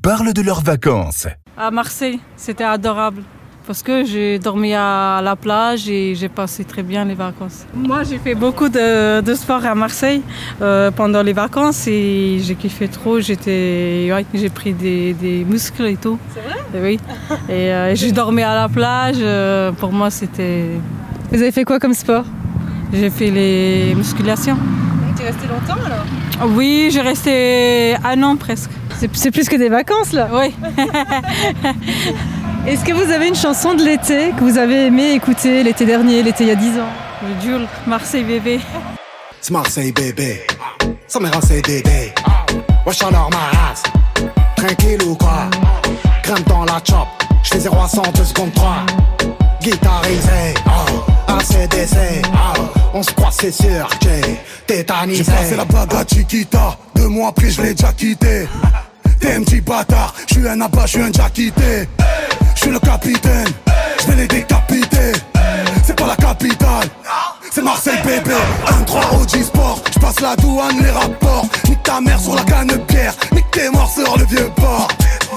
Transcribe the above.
parlent de leurs vacances. À Marseille, c'était adorable. Parce que j'ai dormi à la plage et j'ai passé très bien les vacances. Moi, j'ai fait beaucoup de, de sport à Marseille euh, pendant les vacances et j'ai kiffé trop. J'étais, ouais, j'ai pris des, des, muscles et tout. C'est vrai Et Oui. Et euh, j'ai dormi à la plage. euh, pour moi, c'était. Vous avez fait quoi comme sport J'ai fait les musculations. Tu es resté longtemps alors Oui, j'ai resté un an presque. C'est c'est plus que des vacances là. Oui. Est-ce que vous avez une chanson de l'été que vous avez aimé écouter l'été dernier, l'été il y a 10 ans Le Jules, Marseille bébé. C'est Marseille bébé, ça me c'est Dédé. Wesh alors ma race, tranquille ou quoi Crème dans la chop, j'fais 0 à 100, 2 secondes 3 Guitarisé, oh, ACDC, oh, on se croit c'est sûr que j'ai tétanisé J'ai passé la blague à Chiquita, deux mois après je l'ai déjà quitté. T'es un petit bâtard, je suis un abat, je suis un déjà quitté. Je suis le capitaine, je vais les décapiter. C'est pas la capitale, c'est Marseille bébé. 1-3 au G-Sport, je passe la douane, les rapports. Nique ta mère sur la canne de pierre, nique tes morts sur le vieux port.